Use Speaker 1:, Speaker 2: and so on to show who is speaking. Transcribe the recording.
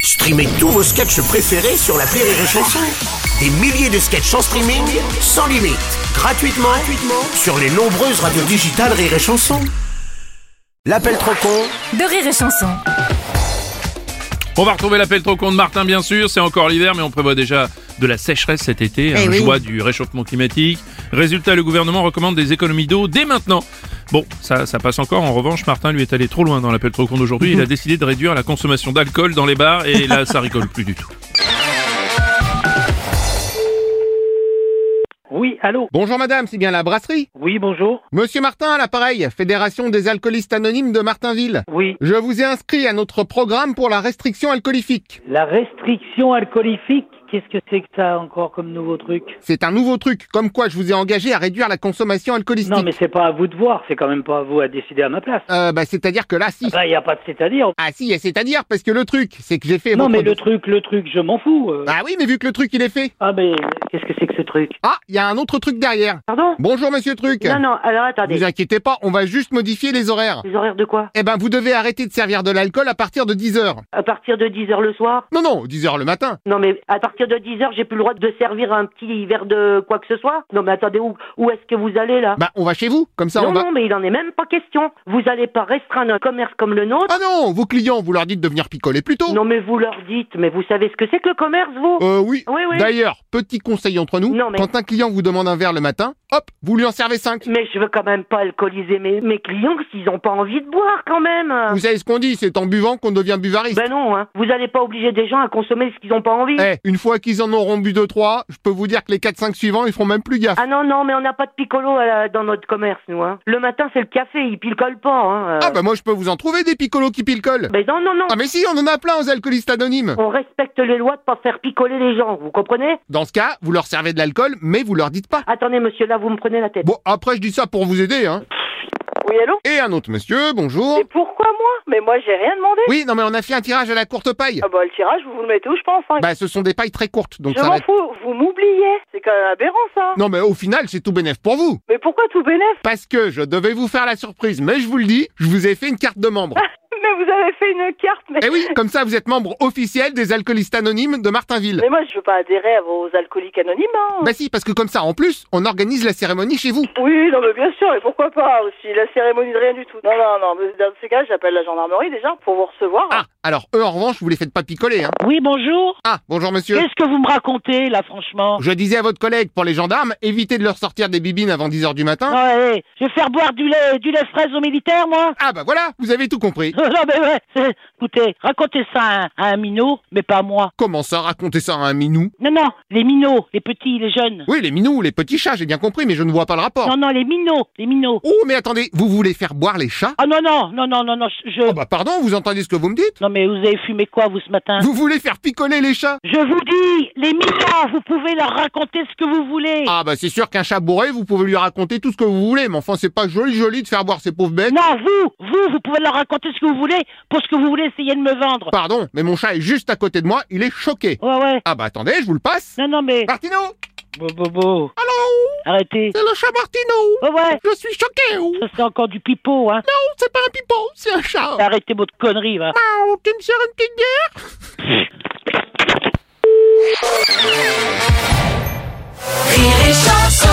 Speaker 1: Streamez tous vos sketchs préférés sur la Rire et Chanson. Des milliers de sketchs en streaming, sans limite, gratuitement, gratuitement sur les nombreuses radios digitales Rire et Chanson. L'appel trop con
Speaker 2: de rire et chanson.
Speaker 3: On va retrouver l'appel trop con de Martin, bien sûr. C'est encore l'hiver, mais on prévoit déjà de la sécheresse cet été,
Speaker 4: Eh
Speaker 3: un
Speaker 4: oui.
Speaker 3: joie du réchauffement climatique. Résultat, le gouvernement recommande des économies d'eau dès maintenant. Bon, ça, ça passe encore. En revanche, Martin lui est allé trop loin dans l'appel trop con d'aujourd'hui.
Speaker 4: Mhm.
Speaker 3: Il a décidé de réduire la consommation d'alcool dans les bars et là, ça rigole plus du tout.
Speaker 5: Oui, allô
Speaker 6: Bonjour madame, c'est bien la brasserie
Speaker 5: Oui, bonjour.
Speaker 6: Monsieur Martin à l'appareil, Fédération des alcoolistes anonymes de Martinville.
Speaker 5: Oui,
Speaker 6: Je vous ai inscrit à notre programme pour la restriction alcoolifique.
Speaker 5: la restriction alcoolifique, qu'est-ce que c'est que ça encore comme nouveau truc
Speaker 6: C'est un nouveau truc, comme quoi je vous ai engagé à réduire la consommation alcoolistique.
Speaker 5: Non, mais c'est pas à vous de voir, c'est quand même pas à vous à décider à ma place.
Speaker 6: Euh, bah c'est-à-dire que là, si.
Speaker 5: Bah, y a pas de c'est-à-dire.
Speaker 6: Ah si, et c'est-à-dire, parce que le truc, c'est que j'ai fait...
Speaker 5: Non,
Speaker 6: votre-
Speaker 5: mais le truc, le truc, je m'en fous. euh.
Speaker 6: Bah oui, mais vu que le truc, il est fait.
Speaker 5: Ah, mais qu'est-ce que c'est que ce truc
Speaker 6: Ah, il y a un autre truc derrière.
Speaker 7: Pardon
Speaker 6: Bonjour monsieur Truc.
Speaker 7: Non, non, alors attendez.
Speaker 6: Bah, Vous inquiétez pas, on va juste modifier les horaires.
Speaker 7: Les horaires de quoi
Speaker 6: Eh ben, vous devez arrêter de servir de l'alcool à partir de 10h.
Speaker 7: À partir de 10h le soir
Speaker 6: Non, non, 10h le matin.
Speaker 7: Non, mais à partir de 10h, j'ai plus le droit de servir un petit verre de quoi que ce soit Non, mais attendez, où, où est-ce que vous allez là
Speaker 6: Bah, on va chez vous, comme ça
Speaker 7: Non,
Speaker 6: on va...
Speaker 7: non, mais il en est même pas question. Vous allez pas restreindre un commerce comme le nôtre
Speaker 6: Ah non, vos clients, vous leur dites de venir picoler plus tôt.
Speaker 7: Non, mais vous leur dites, mais vous savez ce que c'est que le commerce, vous
Speaker 6: Ah, Euh oui.
Speaker 7: Oui, oui.
Speaker 6: D'ailleurs, petit conseil entre nous,
Speaker 7: Non, mais-
Speaker 6: quand un client vous demande un verre le matin, hop, vous lui en servez cinq.
Speaker 7: Mais je veux quand même pas alcooliser mes, mes clients s'ils ont pas envie de boire quand même.
Speaker 6: Vous savez ce qu'on dit, c'est en buvant qu'on devient buvariste.
Speaker 7: Ben non, hein. Vous allez pas obliger des gens à consommer ce qu'ils ont pas envie.
Speaker 6: Eh, une fois qu'ils en auront bu deux trois, je peux vous dire que les 4-5 suivants, ils feront même plus gaffe.
Speaker 7: Ah non, non, mais on n'a pas de piccolo à
Speaker 8: euh,
Speaker 7: la- dans notre commerce, nous. Hein. Le matin, c'est le café, il picole pas. Hein, euh.
Speaker 6: Ah bah moi je peux vous en trouver des picolos qui picolent.
Speaker 7: Mais non, non, non.
Speaker 6: Ah mais si, on en a plein aux alcoolistes anonymes.
Speaker 7: On respecte les lois de pas faire picoler les gens, vous comprenez
Speaker 6: Dans ce cas, vous leur servez de l'alcool, mais vous leur dites pas.
Speaker 7: Attendez, monsieur, là, vous me prenez la tête.
Speaker 6: Bon, après je dis ça pour vous aider, hein.
Speaker 8: Oui, allô
Speaker 6: Et un autre monsieur, bonjour.
Speaker 8: Mais pourquoi moi Mais moi, j'ai rien demandé.
Speaker 6: Oui, non mais on a fait un tirage à la courte paille.
Speaker 8: Ah bah, le tirage, vous vous le mettez où, je pense. hein.
Speaker 6: Bah ce sont des pailles très courtes, donc
Speaker 8: je
Speaker 6: ça va
Speaker 8: m'en
Speaker 6: être...
Speaker 8: fous, vous m'oubliez. C'est quand même aberrant, ça.
Speaker 6: Non mais au final, c'est tout bénef pour vous.
Speaker 8: Mais pourquoi tout bénef
Speaker 6: Parce que je devais vous faire la surprise, mais je vous le dis, je vous ai fait une carte de membre.
Speaker 8: Mais vous avez fait une carte, mais...
Speaker 6: Eh oui, comme ça vous êtes membre officiel des alcoolistes anonymes de Martinville.
Speaker 8: Mais moi, je veux pas adhérer à vos alcooliques anonymes, hein.
Speaker 6: Bah si, parce que comme ça, en plus, on organise la cérémonie chez vous.
Speaker 8: Oui, non, mais bien sûr, et pourquoi pas aussi La cérémonie de rien du tout. Non, non, non, mais dans ces cas, j'appelle la gendarmerie, déjà, pour vous recevoir. hein.
Speaker 6: Ah, alors eux en revanche, vous les faites pas picoler, hein.
Speaker 5: Oui, bonjour.
Speaker 6: Ah, bonjour monsieur.
Speaker 5: Qu'est-ce que vous me racontez là, franchement
Speaker 6: Je disais à votre collègue pour les gendarmes, évitez de leur sortir des bibines avant 10h du matin.
Speaker 5: Ouais, ouais, eh, je vais faire boire du lait, du lait fraise aux militaires, moi
Speaker 6: Ah bah voilà, vous avez tout compris.
Speaker 5: Non, mais ouais, c'est- écoutez, racontez ça à un, à un minot, mais pas à moi.
Speaker 6: Comment ça, raconter ça à un minou
Speaker 5: Non, non, les minots, les petits, les jeunes.
Speaker 6: Oui, les minous, les petits chats, j'ai bien compris, mais je ne vois pas le rapport.
Speaker 5: Non, non, les minots, les minots.
Speaker 6: Oh, mais attendez, vous voulez faire boire les chats
Speaker 5: Ah non, non, non, non, non, non, je...
Speaker 6: Oh bah pardon, vous entendez ce que vous me dites
Speaker 5: Non, mais vous avez fumé quoi, vous, ce matin
Speaker 6: Vous voulez faire picoler les chats
Speaker 5: Je vous dis, les migrants, vous pouvez leur raconter ce que vous voulez.
Speaker 6: Ah bah c'est sûr qu'un chat bourré, vous pouvez lui raconter tout ce que vous voulez, mais enfin c'est pas joli joli de faire boire ces pauvres bêtes.
Speaker 5: Non, vous, vous, vous pouvez leur raconter ce que vous voulez pour ce que vous voulez essayer de me vendre.
Speaker 6: Pardon, mais mon chat est juste à côté de moi, il est choqué.
Speaker 5: Ouais, ouais.
Speaker 6: Ah bah attendez, je vous le passe.
Speaker 5: Non, non, mais...
Speaker 6: Martino
Speaker 5: Bon, bon, bon.
Speaker 6: Allô
Speaker 5: Arrêtez.
Speaker 6: C'est le chat Martino
Speaker 5: Ouais, ouais.
Speaker 6: Je suis choqué oh.
Speaker 5: Ça, c'est encore du pipeau, hein.
Speaker 6: Non, c'est pas un pipeau, c'est un chat
Speaker 5: Arrêtez votre connerie, va.
Speaker 6: Miaou, Tu me sers une petite bière
Speaker 2: Rire et chanson.